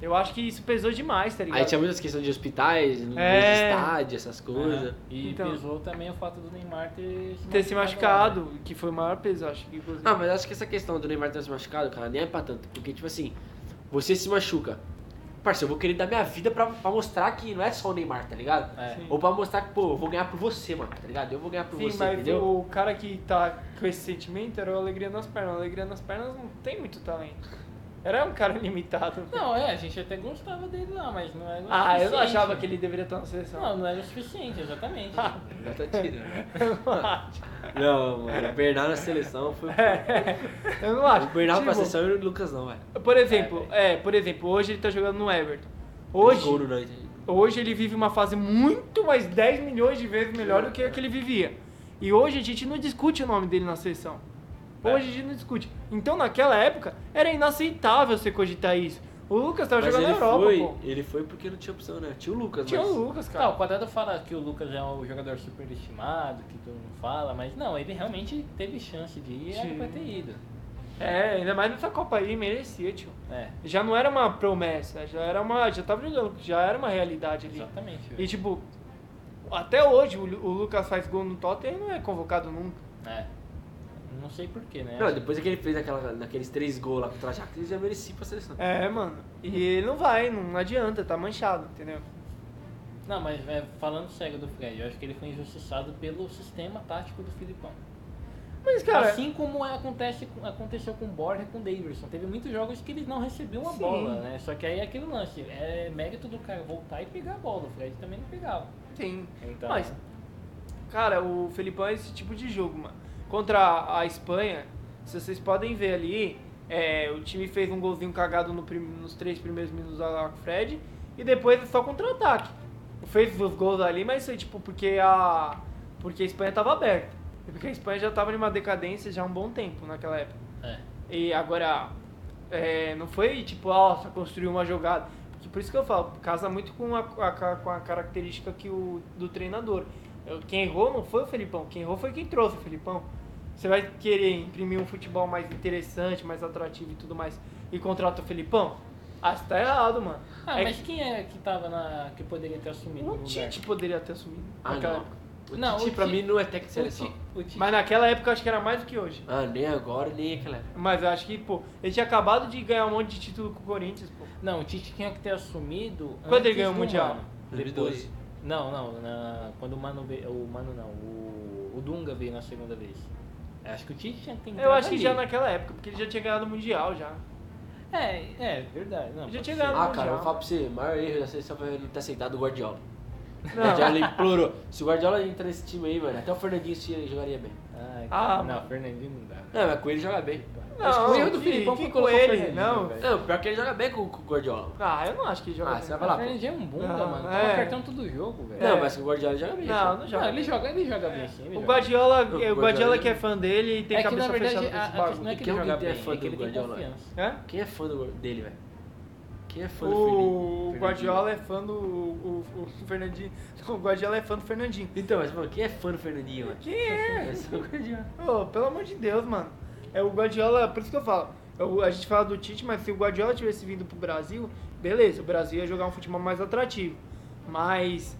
Speaker 1: Eu acho que isso pesou demais, tá ligado?
Speaker 2: Aí tinha muitas questões de hospitais, nos
Speaker 1: É.
Speaker 2: estádios, essas coisas.
Speaker 3: E
Speaker 1: Então.
Speaker 3: pesou também o fato do Neymar ter se
Speaker 1: Ter se
Speaker 3: lá,
Speaker 1: machucado, que foi o maior peso, acho que. inclusive.
Speaker 2: Ah, mas acho que essa questão do Neymar ter se machucado, cara, nem é pra tanto. Porque, tipo assim, você se machuca. Parça, eu vou querer dar minha vida pra, pra mostrar que não é só o Neymar, tá ligado?
Speaker 3: né? É.
Speaker 1: Sim.
Speaker 2: Ou pra mostrar que, pô, eu vou ganhar por você, mano, tá ligado? Eu vou ganhar por
Speaker 1: Sim,
Speaker 2: você,
Speaker 1: mas
Speaker 2: entendeu?
Speaker 1: o cara que tá com esse sentimento era o Alegria nas Pernas. O Alegria nas Pernas não tem muito talento. Era um cara limitado.
Speaker 3: Não, é, a gente até gostava dele lá, mas não era o
Speaker 1: Ah, eu não
Speaker 3: suficiente.
Speaker 1: achava que ele Ah. deveria estar na seleção.
Speaker 3: Não, não era o suficiente, exatamente.
Speaker 2: Já tá tirando. Não, mano, o Bernardo na seleção foi.
Speaker 1: eu não acho.
Speaker 2: O Bernardo pra
Speaker 1: É. Tipo,
Speaker 2: seleção e o Lucas não, velho.
Speaker 1: Por exemplo, é, por exemplo, hoje ele tá jogando no Everton. Hoje,
Speaker 2: Gol no Nantes.
Speaker 1: hoje ele vive uma fase muito mais 10 milhões de vezes melhor do que a que ele vivia. E hoje a gente não discute o nome dele na seleção.
Speaker 2: É.
Speaker 1: Hoje a gente não discute. Então naquela época era inaceitável você cogitar isso. O Lucas tava
Speaker 2: Mas
Speaker 1: jogando
Speaker 2: ele
Speaker 1: na Europa,
Speaker 2: foi,
Speaker 1: pô.
Speaker 2: ele foi porque não tinha opção, né? Tinha o Lucas,
Speaker 1: Tinha
Speaker 2: mas...
Speaker 1: o Lucas,
Speaker 3: Não, Tá, o
Speaker 1: cara.
Speaker 3: Quadrado fala que o Lucas é um jogador superestimado, que todo mundo fala, mas não, ele realmente teve chance de ir e era
Speaker 1: Sim.
Speaker 3: pra ter ido.
Speaker 1: É, ainda mais nessa Copa aí, merecia, tio.
Speaker 3: É,
Speaker 1: Já não era uma promessa, já era uma. Já tava jogando, já era uma realidade ali.
Speaker 3: exatamente.
Speaker 1: E tipo, até hoje o, Lu- o Lucas faz gol no Tottenham e não é convocado nunca.
Speaker 3: É. Não sei porquê, né?
Speaker 2: É. Não, depois que ele fez aquela, naqueles três gols lá contra o Ajax, ele já merecia pra seleção.
Speaker 1: É, mano. E ele não vai, não adianta, tá manchado, entendeu?
Speaker 3: Não, mas é, falando sério do Fred, eu acho que ele foi injustiçado pelo sistema tático do Filipão.
Speaker 1: Mas, cara.
Speaker 3: assim como é- acontece, com- aconteceu com o Borja e com o Davidson. Teve muitos jogos que eles não recebiam a
Speaker 1: Sim.
Speaker 3: bola, né? Só que aí é aquele lance. É mérito do cara voltar e pegar a bola. O Fred também não pegava.
Speaker 1: Tem.
Speaker 3: Então,
Speaker 1: Mas, cara, o Felipão é esse tipo de jogo, mano. Contra a Espanha, se vocês podem ver ali, é, o time fez um golzinho cagado no prim- nos três primeiros minutos da com o Fred e depois é só contra-ataque. Fez os gols ali, mas foi tipo porque a porque a Espanha tava aberta. E Porque a Espanha já tava numa decadência já há um bom tempo naquela época.
Speaker 3: é.
Speaker 1: E agora, é, não foi tipo, ó, só construiu uma jogada. Porque por isso que eu falo, casa muito com a, a ca- com a característica que o, do treinador. Eu- Quem errou não foi o Felipão, quem errou foi quem trouxe o Felipão. Você vai querer imprimir um futebol mais interessante, mais atrativo e tudo mais, e contrata o Felipão? Ah, você tá errado, mano.
Speaker 3: Ah,
Speaker 1: É
Speaker 3: mas quem é que tava na. que poderia ter assumido
Speaker 1: o
Speaker 3: no lugar?
Speaker 1: Tite tipo, poderia ter assumido
Speaker 2: Ah,
Speaker 1: naquela
Speaker 2: não.
Speaker 1: época.
Speaker 2: O
Speaker 3: Não,
Speaker 2: Tite
Speaker 3: o
Speaker 2: pra
Speaker 3: Tite-
Speaker 2: mim não é técnico de
Speaker 3: O
Speaker 2: seleção.
Speaker 3: Ti- O Tite.
Speaker 1: Mas naquela época eu acho que era mais do que hoje.
Speaker 2: Ah, nem agora, nem aquela época.
Speaker 1: Mas eu acho que, pô, ele tinha acabado de ganhar um monte de título com o Corinthians, pô.
Speaker 3: Não, o Tite tinha que ter assumido.
Speaker 1: Quando ele
Speaker 3: antes
Speaker 1: ganhou o
Speaker 3: do
Speaker 1: Mundial?
Speaker 3: Mano.
Speaker 2: 2012.
Speaker 3: Não, não, na- quando o Mano veio. O Mano não, o, o Dunga veio na segunda vez. É, Acho que o Tite tinha que ter
Speaker 1: Eu acho que
Speaker 3: ali.
Speaker 1: já naquela época, porque ele já tinha ganhado o Mundial já.
Speaker 3: É, é, verdade. Não,
Speaker 1: Já
Speaker 3: pode
Speaker 1: tinha
Speaker 3: ser.
Speaker 1: ganhado.
Speaker 2: Ah, cara, eu
Speaker 1: Mundial.
Speaker 2: vou falar pra você, o maior erro da seleção foi não ter aceitado o Guardiola. O
Speaker 1: Não,
Speaker 2: Guardiola implorou. Se o Guardiola entrar nesse time aí, mano, até o Fernandinho se- jogaria bem.
Speaker 3: Ai,
Speaker 1: Ah,
Speaker 3: não,
Speaker 1: mano.
Speaker 3: Fernandinho não dá. né?
Speaker 2: Não, mas com ele joga bem.
Speaker 1: não,
Speaker 3: que o erro do
Speaker 1: que-
Speaker 3: Filipão
Speaker 1: que
Speaker 3: foi
Speaker 1: com
Speaker 3: colocar o
Speaker 1: ele,
Speaker 3: Fernandinho,
Speaker 1: não.
Speaker 3: velho.
Speaker 2: Não, pior que ele joga bem com, com o Guardiola.
Speaker 1: Ah, eu não acho que ele joga.
Speaker 2: Ah,
Speaker 1: bem.
Speaker 2: você vai
Speaker 3: O
Speaker 2: lá, pô.
Speaker 3: Fernandinho é um bunda,
Speaker 1: Não,
Speaker 3: mano.
Speaker 1: é.
Speaker 3: Toma cartão todo jogo, velho.
Speaker 2: Não, mas com o Guardiola joga bem.
Speaker 1: Não,
Speaker 2: pô.
Speaker 1: não
Speaker 3: É. assim. Não,
Speaker 1: joga.
Speaker 3: ele joga, ele joga bem sim. ele
Speaker 1: O
Speaker 3: joga.
Speaker 1: Guardiola,
Speaker 2: O
Speaker 1: o Guardiola
Speaker 2: Guardiola-
Speaker 1: que é fã dele e tem
Speaker 3: é que,
Speaker 1: cabeça
Speaker 3: na verdade,
Speaker 1: fechada com
Speaker 3: a-
Speaker 1: esse
Speaker 3: a questão não é
Speaker 1: bagulho.
Speaker 3: que
Speaker 2: Quem
Speaker 3: ele joga
Speaker 2: que é
Speaker 3: bem,
Speaker 2: fã
Speaker 3: é que
Speaker 2: do
Speaker 3: ele tem
Speaker 2: Guardiola?
Speaker 3: confiança.
Speaker 1: Hã?
Speaker 2: Quem é fã do, Guar- dele, velho? Quem é fã do
Speaker 1: O
Speaker 2: Fernandinho?
Speaker 1: Guardiola é fã do o, o- o Fernandinho. O Guardiola é fã do Fernandinho.
Speaker 2: Então, mas, mano, quem é fã do Fernandinho, mano?
Speaker 1: Quem é?
Speaker 2: É só o Guardiola.
Speaker 1: Ô, pelo amor de Deus, mano. É o Guardiola, por isso que eu falo. Eu- a gente fala do Tite, mas se o Guardiola tivesse vindo pro Brasil, beleza, o Brasil ia jogar um futebol mais atrativo. Mas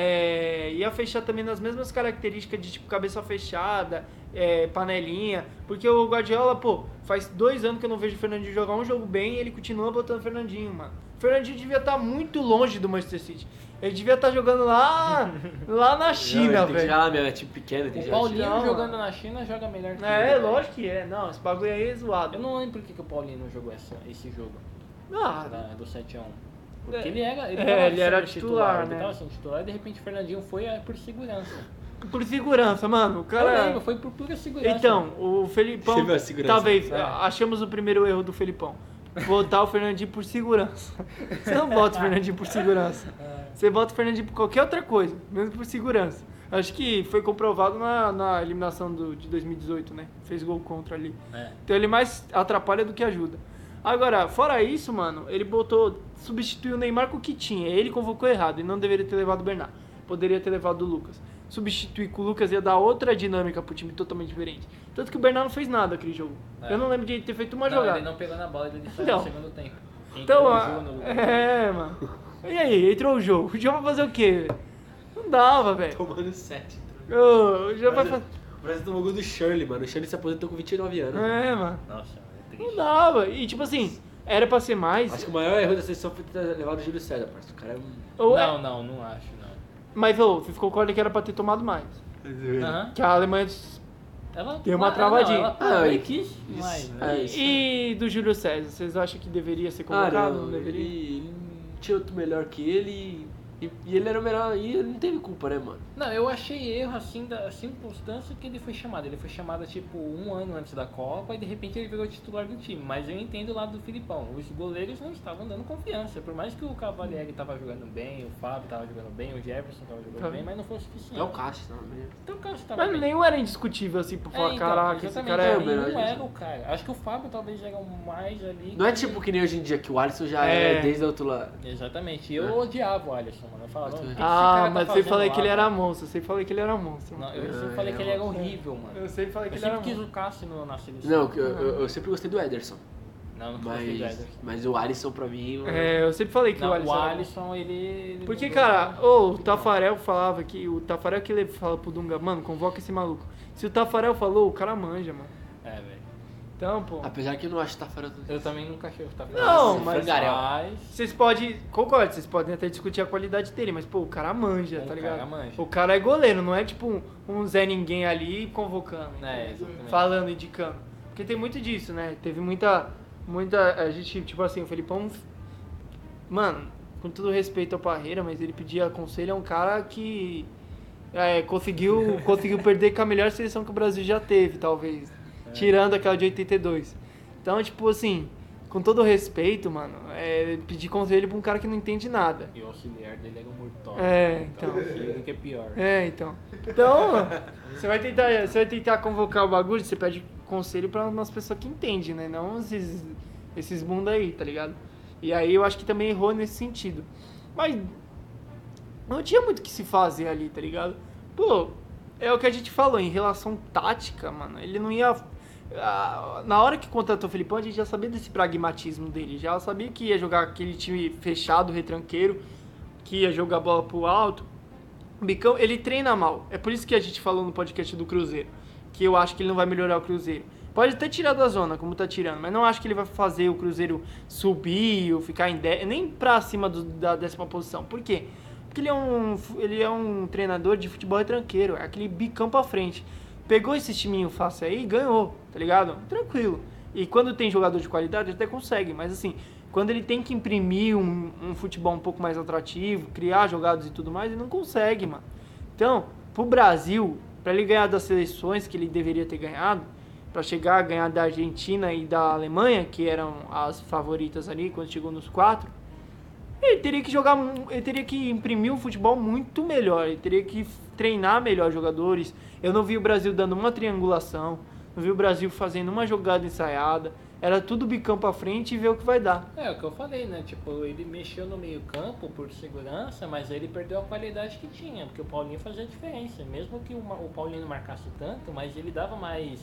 Speaker 1: é, ia fechar também nas mesmas características de tipo cabeça fechada, é, panelinha. Porque o Guardiola, pô, faz dois anos que eu não vejo o Fernandinho jogar um jogo bem e ele continua botando o Fernandinho, mano. O Fernandinho devia estar muito longe do Manchester City. Ele devia estar jogando lá, lá na China,
Speaker 2: Não, ele Tem que
Speaker 1: velho.
Speaker 2: jogar, meu, é time pequeno, tem que
Speaker 3: O
Speaker 2: jogar.
Speaker 3: Paulinho
Speaker 1: Não,
Speaker 3: jogando
Speaker 1: mano.
Speaker 3: na China joga melhor que ele,
Speaker 1: É,
Speaker 3: velho.
Speaker 1: lógico que é. Não, esse bagulho aí é zoado.
Speaker 3: Eu não lembro por que, que o Paulinho não jogou essa, esse jogo
Speaker 1: Ah,
Speaker 3: da- do 7x1. Porque
Speaker 1: É.
Speaker 3: ele era, ele
Speaker 1: É,
Speaker 3: tava
Speaker 1: ele
Speaker 3: sendo
Speaker 1: era titular, né?
Speaker 3: Ele tava sendo titular e de repente o Fernandinho foi eh, por segurança.
Speaker 1: por segurança, mano. O
Speaker 3: Eu
Speaker 1: cara.
Speaker 3: lembro, foi por pura segurança.
Speaker 1: Então, o Felipão.
Speaker 2: Você viu a segurança?
Speaker 1: Talvez,
Speaker 3: É.
Speaker 1: achamos o primeiro erro do Felipão. Botar o Fernandinho por segurança. Você não bota o Fernandinho por segurança.
Speaker 3: É.
Speaker 1: Você bota o Fernandinho por qualquer outra coisa, menos por segurança. Acho que foi comprovado na, na eliminação do, de 2018, né? Fez gol contra ali.
Speaker 3: É.
Speaker 1: Então ele mais atrapalha do que ajuda. Agora, fora isso, mano, ele botou. Substituiu o Neymar com o que tinha. Ele convocou errado e não deveria ter levado o Bernard. poderia ter levado o Lucas. Substituir com o Lucas ia dar outra dinâmica pro time totalmente diferente. Tanto que o Bernardo não fez nada aquele jogo.
Speaker 3: É.
Speaker 1: Eu não lembro de ele ter feito uma
Speaker 3: não,
Speaker 1: jogada.
Speaker 3: ele não pegou na bola, ele deixou
Speaker 1: Então.
Speaker 3: no segundo tempo.
Speaker 1: Então,
Speaker 3: Entrou no
Speaker 1: ah,
Speaker 3: jogo no-
Speaker 1: é, mano. E aí, entrou o jogo. O João vai fazer o quê? velho? Não dava, velho.
Speaker 2: Tomando 7. então.
Speaker 1: Ô, O João vai
Speaker 2: Brasil-
Speaker 1: fazer.
Speaker 2: O Brasil tomou gol do Shirley, mano. O Shirley se aposentou com 29 anos.
Speaker 1: É, mano.
Speaker 3: Nossa, é
Speaker 1: Não
Speaker 3: triste.
Speaker 1: dava. E tipo assim, era pra ser mais.
Speaker 2: Acho que o maior erro da seleção foi ter levado o Júlio César, parceiro. O cara é um.
Speaker 1: Ou é-
Speaker 3: Não, não, não acho, não.
Speaker 1: Mas ô, vocês concordam que era pra ter tomado mais.
Speaker 3: Aham.
Speaker 1: Que a Alemanha.
Speaker 3: Ela,
Speaker 1: Deu uma
Speaker 3: ela-
Speaker 1: travadinha.
Speaker 3: Não, ela parou
Speaker 2: Ah,
Speaker 3: e
Speaker 2: isso-
Speaker 3: quis mais, né?
Speaker 2: ah, isso.
Speaker 1: E do Júlio César, vocês acham que deveria ser
Speaker 2: Ah,
Speaker 1: colocado? não,
Speaker 2: não, ele,
Speaker 1: deveria?
Speaker 2: ele tinha outro melhor que ele e, e ele era o melhor e ele não teve culpa, né, mano?
Speaker 3: Não, eu achei erro assim da circunstância que ele foi chamado. Ele foi chamado tipo um ano antes da Copa e de repente ele virou titular do time. Mas eu entendo o lado do Filipão. Os goleiros não estavam dando confiança. Por mais que o Cavalieri tava jogando bem, o Fábio tava jogando bem, o Jefferson tava jogando
Speaker 1: Tá.
Speaker 3: bem, mas não foi o suficiente.
Speaker 2: É o Cássio, não, né?
Speaker 3: Então o Cássio tava
Speaker 1: Mas
Speaker 3: bem.
Speaker 1: nenhum era indiscutível assim, por
Speaker 3: É,
Speaker 1: falar,
Speaker 3: então,
Speaker 1: caraca, esse
Speaker 3: exatamente,
Speaker 1: cara
Speaker 2: é
Speaker 1: é.
Speaker 2: o melhor
Speaker 3: ele não
Speaker 2: disso.
Speaker 3: era o cara. Acho que o Fábio talvez era o mais ali.
Speaker 2: Não é tipo que nem hoje em dia, que o Alisson já
Speaker 1: É.
Speaker 2: é, desde o outro lado.
Speaker 3: Exatamente. Eu odiava o Alisson, mano. Eu
Speaker 2: Ah,
Speaker 3: falava, "Não, o que esse cara
Speaker 1: Ah,
Speaker 3: tá
Speaker 1: mas
Speaker 3: fazendo
Speaker 1: sempre falei
Speaker 3: lá,
Speaker 1: que ele
Speaker 3: mano?"
Speaker 1: era monstro, sempre falei que ele era monstro.
Speaker 3: Não, eu
Speaker 2: Ah,
Speaker 3: sempre falei que
Speaker 2: ele
Speaker 3: ele
Speaker 2: era
Speaker 3: era horrível, mano.
Speaker 1: Eu sempre falei que
Speaker 3: Eu
Speaker 1: ele era um
Speaker 3: sempre quis
Speaker 1: monstro.
Speaker 3: o Cássio no- na seleção.
Speaker 2: Não, que eu, eu, eu sempre gostei do Ederson,
Speaker 3: Não, não gostei do
Speaker 2: mas,
Speaker 3: Ederson.
Speaker 2: mas o Alisson pra mim... mano,
Speaker 1: É, eu sempre falei que
Speaker 3: Não,
Speaker 1: o Alisson.
Speaker 3: o
Speaker 1: era
Speaker 3: Alisson, ele... ele
Speaker 1: Porque,
Speaker 3: mudou.
Speaker 1: cara, ô, tá o Tafarel falava que. O Tafarel que ele fala pro Dunga, mano, convoca esse maluco. Se o Tafarel falou, o cara manja, mano.
Speaker 3: É, velho.
Speaker 1: Então, pô.
Speaker 2: Apesar que eu não acho que tá fora do...
Speaker 3: Eu também nunca achei o Tafarel.
Speaker 1: Não,
Speaker 3: Esse
Speaker 1: mas-
Speaker 3: Frangarel. Mas...
Speaker 1: Vocês podem. Concordo, vocês podem até discutir a qualidade dele, mas, pô, o cara manja,
Speaker 3: O
Speaker 1: tá
Speaker 3: cara
Speaker 1: ligado?
Speaker 3: manja.
Speaker 1: O cara é goleiro, não é tipo um, um Zé Ninguém ali convocando.
Speaker 3: É,
Speaker 1: entendeu?
Speaker 3: exatamente.
Speaker 1: falando, indicando. Porque tem muito disso, né? Teve muita. Muita. A gente, tipo assim, o Felipão. Mano, com todo respeito ao Parreira, mas ele pedia conselho a um cara que. é, conseguiu, conseguiu perder com a melhor seleção que o Brasil já teve, talvez. Tirando aquela de 82. Então, tipo assim, com todo respeito, mano, é, pedir conselho pra um cara que não entende nada.
Speaker 3: E o auxiliar dele era o Murtola.
Speaker 1: É,
Speaker 3: Então,
Speaker 1: então.
Speaker 3: o que é pior.
Speaker 1: É, então. Então, você vai tentar, você vai tentar convocar o bagulho, você pede conselho pra umas pessoas que entendem, né? Não esses, esses bundos aí, tá ligado? E aí eu acho que também errou nesse sentido. Mas não tinha muito o que se fazer ali, tá ligado? Pô, é o que a gente falou, em relação tática, mano, ele não ia. ah, Na hora que contratou o Filipão, a gente já sabia desse pragmatismo dele, já sabia que ia jogar aquele time fechado, retranqueiro, que ia jogar a bola pro alto. O Bicão, ele treina mal. É por isso que a gente falou no podcast do Cruzeiro, que eu acho que ele não vai melhorar o Cruzeiro. Pode até tirar da zona, como tá tirando, mas não acho que ele vai fazer o Cruzeiro subir ou ficar em 10, nem pra cima do- da décima posição. Por quê? Porque ele é um, fu- ele é um treinador de futebol tranqueiro, é aquele bicão pra frente. Pegou esse timinho fácil aí e ganhou, tá ligado? Tranquilo. E quando tem jogador de qualidade, ele até consegue, mas assim, quando ele tem que imprimir um, um futebol um pouco mais atrativo, criar jogadas e tudo mais, ele não consegue, mano. Então, pro Brasil, pra ele ganhar das seleções que ele deveria ter ganhado, pra chegar a ganhar da Argentina e da Alemanha, que eram as favoritas ali quando chegou nos quatro, ele teria que jogar, mu- ele teria que imprimir um futebol muito melhor, ele teria que f- treinar melhor jogadores. Eu não vi o Brasil dando uma triangulação, não vi o Brasil fazendo uma jogada ensaiada. Era tudo bicão pra frente e ver o que vai dar.
Speaker 3: É, o que eu falei, né? Tipo, ele mexeu no meio campo por segurança, mas ele perdeu a qualidade que tinha, porque o Paulinho fazia a diferença. Mesmo que o, Ma- o Paulinho não marcasse tanto, mas ele dava mais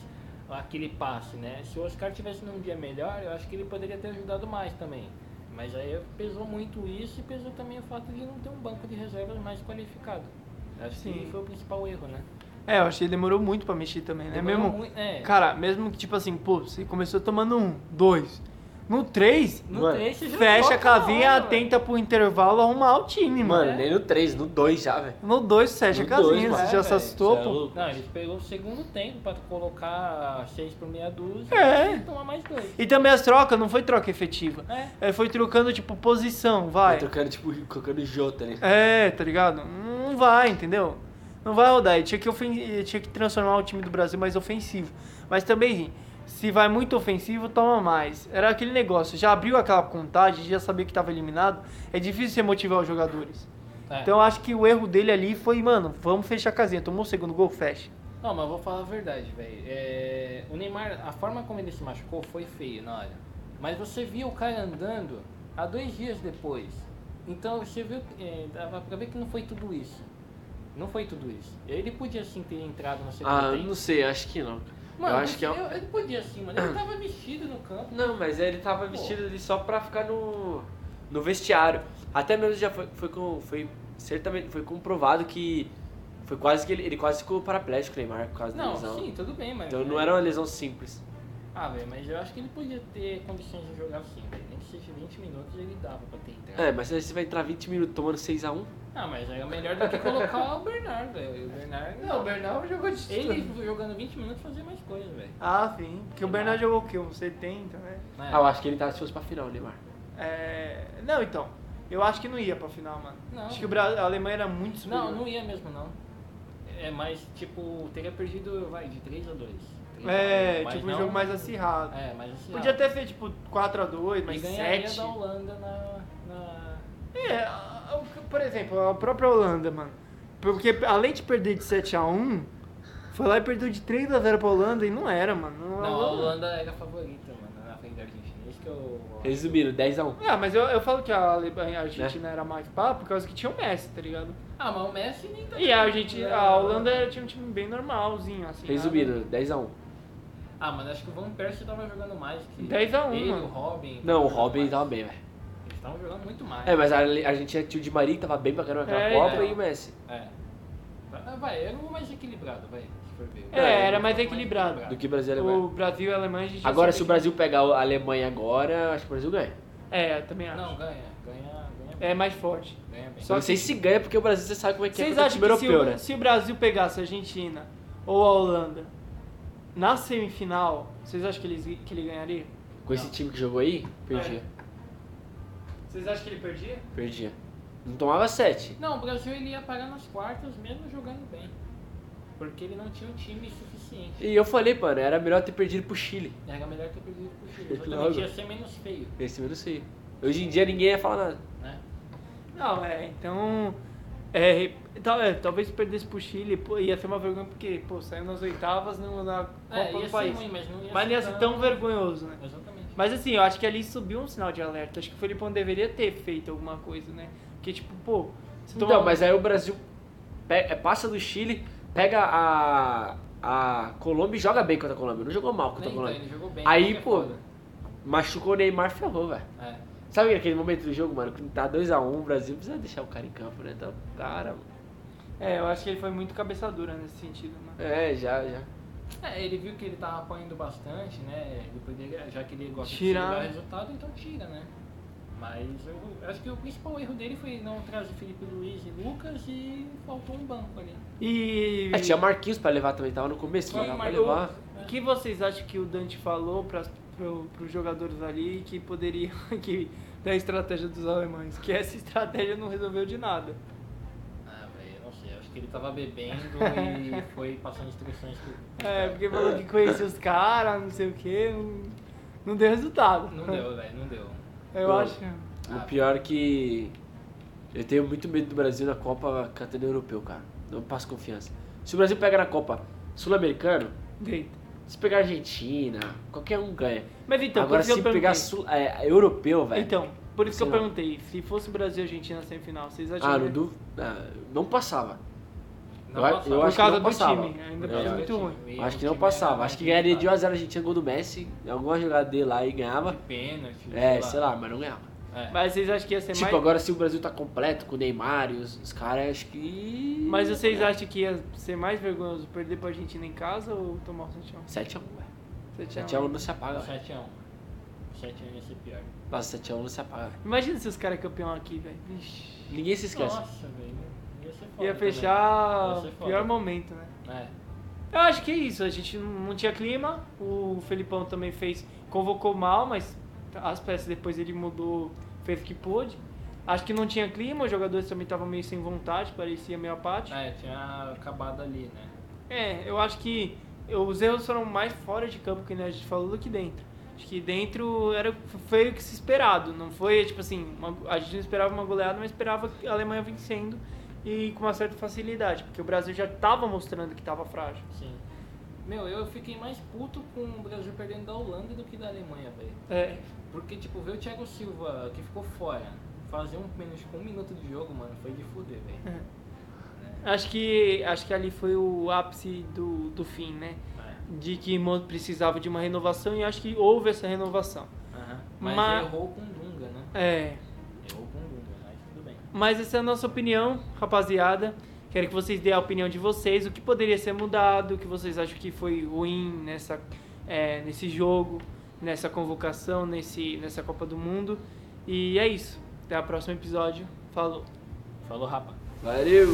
Speaker 3: aquele passe, né? Se o Oscar tivesse num dia melhor, eu acho que ele poderia ter ajudado mais também. Mas aí pesou muito isso e pesou também o fato de não ter um banco de reservas mais qualificado. Acho
Speaker 1: Sim.
Speaker 3: que foi o principal erro, né?
Speaker 1: É, eu achei que demorou muito pra mexer também, né?
Speaker 3: Demorou
Speaker 1: mesmo,
Speaker 3: muito, é.
Speaker 1: Cara, mesmo que tipo assim, pô, você começou tomando um, dois. No três,
Speaker 3: No
Speaker 2: Mano,
Speaker 3: três, você já
Speaker 1: fecha
Speaker 3: volta
Speaker 1: a
Speaker 3: na
Speaker 1: casinha,
Speaker 3: hora, velho.
Speaker 1: tenta pro intervalo arrumar o time, mano.
Speaker 2: Mano, né? nem no 3, no 2 já, velho.
Speaker 1: No dois, fecha a
Speaker 2: No dois,
Speaker 1: casinha,
Speaker 2: mano.
Speaker 1: você
Speaker 2: É,
Speaker 1: já se
Speaker 3: velho,
Speaker 1: assustou,
Speaker 2: você é
Speaker 1: pô.
Speaker 2: louco.
Speaker 3: Não, ele pegou o segundo tempo pra colocar 6 por meia dúzia
Speaker 1: É.
Speaker 3: e tomar mais dois.
Speaker 1: E também as trocas, não foi troca efetiva.
Speaker 3: É.
Speaker 1: É, foi trocando, tipo, posição,
Speaker 2: Vai
Speaker 1: vai.
Speaker 2: trocando, tipo, colocando o Jota ali.
Speaker 1: É, tá ligado? Não vai, entendeu? Não vai rodar. E tinha que, ofen... e tinha que transformar o time do Brasil mais ofensivo. Mas também, se vai muito ofensivo, toma mais. Era aquele negócio, já abriu aquela contagem, já sabia que estava eliminado. É difícil você motivar os jogadores.
Speaker 3: É.
Speaker 1: Então eu acho que o erro dele ali foi, mano, vamos fechar a casinha. Tomou o segundo gol, fecha.
Speaker 3: Não, mas eu vou falar a verdade, velho. É, O Neymar, a forma como ele se machucou foi feia na hora. Mas você via o cara andando há dois dias depois. Então você viu, é, dava pra ver que não foi tudo isso. Não foi tudo isso. Ele podia sim ter entrado na segunda
Speaker 2: Ah,
Speaker 3: tempo.
Speaker 2: não sei, acho que não. eu
Speaker 3: Mano,
Speaker 2: acho que é. um-
Speaker 3: eu, ele podia sim, mano. Ele tava vestido no campo.
Speaker 2: Não, mas ele tava vestido ali só pra ficar no, no vestiário. Até mesmo já foi, foi com. Foi, certamente, foi comprovado que. Foi quase que ele, ele quase ficou paraplégico, Neymar, por causa da
Speaker 3: Não,
Speaker 2: lesão.
Speaker 3: sim, tudo bem, mas. é,
Speaker 2: Então não era uma lesão simples.
Speaker 3: Ah, velho, mas eu acho que ele podia ter condições de jogar sim, velho. Nem que seja 20 minutos ele dava pra ter entrado.
Speaker 2: É, mas aí você vai entrar 20 minutos tomando 6x1.
Speaker 3: Ah, mas é melhor do que colocar o Bernard, velho. O Bernard.
Speaker 1: Não, o Bernal jogou de
Speaker 3: Ele jogando 20 minutos fazia mais coisa, velho. Né?
Speaker 1: Ah, sim. Porque o Bernal jogou o quê? Uns 70, né?
Speaker 3: Mas-
Speaker 2: Ah, eu acho que ele tá ansioso pra final, Neymar.
Speaker 1: É... Não, então. Eu acho que não ia pra final, mano.
Speaker 3: Não.
Speaker 1: Acho que o Bra... a Alemanha era muito superior.
Speaker 3: Não, não ia mesmo não. É mais, tipo, teria perdido, vai, de 3 a 2. Três a
Speaker 1: É,
Speaker 3: dois, mas
Speaker 1: tipo, um
Speaker 3: não-
Speaker 1: jogo mais acirrado.
Speaker 3: É, mais assim.
Speaker 1: Podia até ser, tipo, 4x2,
Speaker 3: E
Speaker 1: mas
Speaker 3: ganharia
Speaker 1: 7.
Speaker 3: da Holanda na. na...
Speaker 1: É, a- a- por exemplo, a própria Holanda, mano. Porque além de perder de 7x1, foi lá e perdeu de 3x0 pra Holanda e não era, mano. Não,
Speaker 3: Não, a Holanda era a favorita, mano, na frente da Argentina. Isso que eu.
Speaker 2: Resumindo, 10x1.
Speaker 1: Ah, mas eu, eu falo que a Alemanha a
Speaker 2: É.
Speaker 1: Argentina era mais pá por causa que tinha o Messi, tá ligado?
Speaker 3: Ah, mas o Messi nem tá.
Speaker 1: E a, Argentina, a Holanda era- tinha um time bem normalzinho, assim. nada-
Speaker 2: Resumindo, 10x1.
Speaker 3: Ah, mas acho que o Van Persie tava jogando mais que.
Speaker 1: 10 a 1,
Speaker 3: Ele,
Speaker 1: mano.
Speaker 3: o Robin.
Speaker 2: Não, o
Speaker 3: tava jogando
Speaker 2: Robin
Speaker 3: mais.
Speaker 2: tava bem, velho.
Speaker 3: Eles estavam jogando muito mais.
Speaker 2: É, mas a a Argentina tinha o Di Maria que tava bem pra caramba naquela
Speaker 1: É,
Speaker 2: Copa
Speaker 3: então.
Speaker 2: e o Messi.
Speaker 3: É. Ah, Vai, era o mais equilibrado, vai, se for ver.
Speaker 1: É, era mais equilibrado.
Speaker 3: Tá.
Speaker 2: Do que Brasil e Alemanha.
Speaker 1: O é Brasil e a Alemanha a gente já
Speaker 2: Agora, se o
Speaker 1: sabia
Speaker 2: Brasil pegar a Alemanha agora, acho que o Brasil ganha.
Speaker 1: que- É, eu também acho.
Speaker 3: Não, ganha, ganha, ganha bem.
Speaker 1: É mais forte.
Speaker 3: Ganha bem.
Speaker 1: Só
Speaker 2: Só não sei se ganha, porque o Brasil você sabe como é que é
Speaker 1: Vocês
Speaker 2: contra o
Speaker 1: acham
Speaker 2: time
Speaker 1: que
Speaker 2: europeu,
Speaker 1: se, o,
Speaker 2: né?
Speaker 1: se o Brasil pegasse a Argentina ou a Holanda na semifinal, vocês acham que ele, que ele ganharia?
Speaker 2: Com esse time que jogou aí, perdia.
Speaker 1: É. Vocês acham que ele perdia?
Speaker 2: Perdia. Não tomava 7.
Speaker 3: Não, o Brasil ele ia parar nas quartas mesmo jogando bem. Porque ele não tinha um time suficiente.
Speaker 2: E eu falei, mano, era melhor ter perdido pro Chile.
Speaker 3: Era melhor ter perdido pro Chile.
Speaker 2: Claro.
Speaker 3: Exatamente, ia ser menos feio,
Speaker 2: Esse menos sei. Hoje em dia ninguém ia falar nada.
Speaker 3: né?
Speaker 1: Não, é, então. É, tal- é, talvez se perdesse pro Chile, pô, ia ser uma vergonha, porque, pô, saiu nas oitavas no, na Copa
Speaker 3: É, ia
Speaker 1: do
Speaker 3: ser
Speaker 1: País.
Speaker 3: ruim, mas não ia
Speaker 1: mas
Speaker 3: ser
Speaker 1: não ia ser tão vergonhoso, né?
Speaker 3: Exatamente.
Speaker 1: Mas assim, eu acho que ali subiu um sinal de alerta. Acho que o Felipão deveria ter feito alguma coisa, né? Porque, tipo, pô. você
Speaker 2: Então,
Speaker 1: toma-
Speaker 2: mas aí o Brasil pe- é, passa do Chile, pega a, a Colômbia e joga bem contra a Colômbia. Não jogou mal
Speaker 3: Nem
Speaker 2: contra a
Speaker 3: então,
Speaker 2: Colômbia.
Speaker 3: ele jogou bem.
Speaker 2: Aí,
Speaker 3: isso que é
Speaker 2: pô,
Speaker 3: foda.
Speaker 2: machucou o Neymar, ferrou, velho.
Speaker 3: É.
Speaker 2: Sabe aquele momento do jogo, mano, que tá 2x1, o Brasil precisa deixar o cara em campo, né? Então, cara, mano.
Speaker 1: É, eu acho que ele foi muito cabeça dura nesse sentido, né?
Speaker 2: É, já, já.
Speaker 3: É, ele viu que ele tava apanhando bastante, né? Ele poderia, já que ele gosta
Speaker 1: Tirar.
Speaker 3: de segurar resultado, então tira, né? Mas eu acho que o principal erro dele foi não trazer Felipe Luiz e Lucas e faltou um banco ali.
Speaker 1: E.
Speaker 2: É, tinha Marquinhos pra levar também, tava no começo,
Speaker 3: Sim,
Speaker 2: não dava pra
Speaker 3: Marquinhos.
Speaker 2: levar.
Speaker 1: O que vocês acham que o Dante falou para os jogadores ali que poderia que da estratégia dos alemães? Que essa estratégia não resolveu de nada.
Speaker 3: Ah, velho, eu não sei. Acho que ele tava bebendo e foi passando instruções pro.
Speaker 1: É, porque falou que conhecia os caras, não sei o quê, não, não deu resultado.
Speaker 3: Não deu, velho, não deu.
Speaker 1: Eu
Speaker 2: Bom.
Speaker 1: acho.
Speaker 3: Ah.
Speaker 2: O pior é que eu tenho muito medo do Brasil na Copa cantando europeu, cara. Não passo confiança. Se o Brasil pega na Copa sul-americano,
Speaker 1: Deita.
Speaker 2: se pegar a Argentina, qualquer um ganha.
Speaker 1: Mas então, por
Speaker 2: Agora
Speaker 1: isso que
Speaker 2: se
Speaker 1: eu perguntei.
Speaker 2: pegar sul, é, europeu, velho.
Speaker 1: Então, por isso que eu
Speaker 2: Sei lá.
Speaker 1: perguntei, se fosse Brasil e Argentina na semifinal, vocês acham
Speaker 2: ah,
Speaker 1: que
Speaker 2: não, du... ah, não passava.
Speaker 3: Não
Speaker 2: eu, a-
Speaker 3: passava.
Speaker 2: eu
Speaker 1: Por
Speaker 2: acho
Speaker 1: causa
Speaker 2: que não
Speaker 1: do
Speaker 2: passava.
Speaker 1: time, né? ainda
Speaker 2: É.
Speaker 1: por causa do muito
Speaker 3: time,
Speaker 1: ruim.
Speaker 2: Acho
Speaker 3: e o
Speaker 2: que não
Speaker 3: time era
Speaker 2: passava.
Speaker 3: mais
Speaker 2: Acho que ganharia de 1x0
Speaker 3: limitado.
Speaker 2: a Argentina, gol do Messi, alguma jogada dele lá e ganhava.
Speaker 3: De pênalti.
Speaker 2: É, sei lá, mas não ganhava.
Speaker 3: É.
Speaker 1: Mas vocês acham que ia ser
Speaker 2: Tipo,
Speaker 1: mais.
Speaker 2: agora se o Brasil tá completo com o Neymar e os, os caras, acho que. É.
Speaker 1: Mas vocês acham que ia ser mais vergonhoso perder pra Argentina em casa ou tomar um o 7
Speaker 2: 7x1, velho.
Speaker 1: 7
Speaker 2: 7x1 não se apaga, velho.
Speaker 3: 7x1. 7x1 ia ser pior.
Speaker 2: Nossa, 7x1 não se apaga, velho.
Speaker 1: Imagina se os caras é campeão aqui, velho. Vixe.
Speaker 2: Ninguém se esquece.
Speaker 3: Nossa, velho. Ia ser foda. né?
Speaker 1: Ia
Speaker 3: também.
Speaker 1: fechar
Speaker 3: Ia
Speaker 1: o
Speaker 3: ser foda.
Speaker 1: pior momento, né?
Speaker 3: É.
Speaker 1: Eu acho que é isso. A gente não não tinha clima. O Felipão também fez, convocou mal, mas as peças depois ele mudou, fez o que pôde. Acho que não tinha clima, os jogadores também estavam meio sem vontade, parecia meio apático.
Speaker 3: É, tinha acabado ali, né?
Speaker 1: É, eu acho que os erros foram mais fora de campo, que nem a gente falou, do que dentro. Acho que dentro era, foi o que se esperado. Não foi, tipo assim, uma- a gente não esperava uma goleada, mas esperava a Alemanha vencendo e com uma certa facilidade, porque o Brasil já estava mostrando que estava frágil.
Speaker 3: Sim. Meu, eu fiquei mais puto com o Brasil perdendo da Holanda do que da Alemanha, velho.
Speaker 1: É,
Speaker 3: Porque, tipo, ver o Thiago Silva, que ficou fora, fazer um pênalti com um minuto de jogo, mano, foi de fuder, velho.
Speaker 1: Acho que, acho que ali foi o ápice do, do fim, né?
Speaker 3: É,
Speaker 1: De que mo- precisava de uma renovação e acho que houve essa renovação.
Speaker 3: Aham. Mas
Speaker 1: Ma-
Speaker 3: errou com o Dunga, né?
Speaker 1: É.
Speaker 3: Errou com o Dunga, mas tudo bem.
Speaker 1: Mas essa é a nossa opinião, rapaziada. Quero que vocês dêem a opinião de vocês, o que poderia ser mudado, o que vocês acham que foi ruim nessa, é, nesse jogo, nessa convocação, nesse, nessa Copa do Mundo. E é isso. Até o próximo episódio. Falou.
Speaker 3: Falou, rapaz.
Speaker 2: Valeu!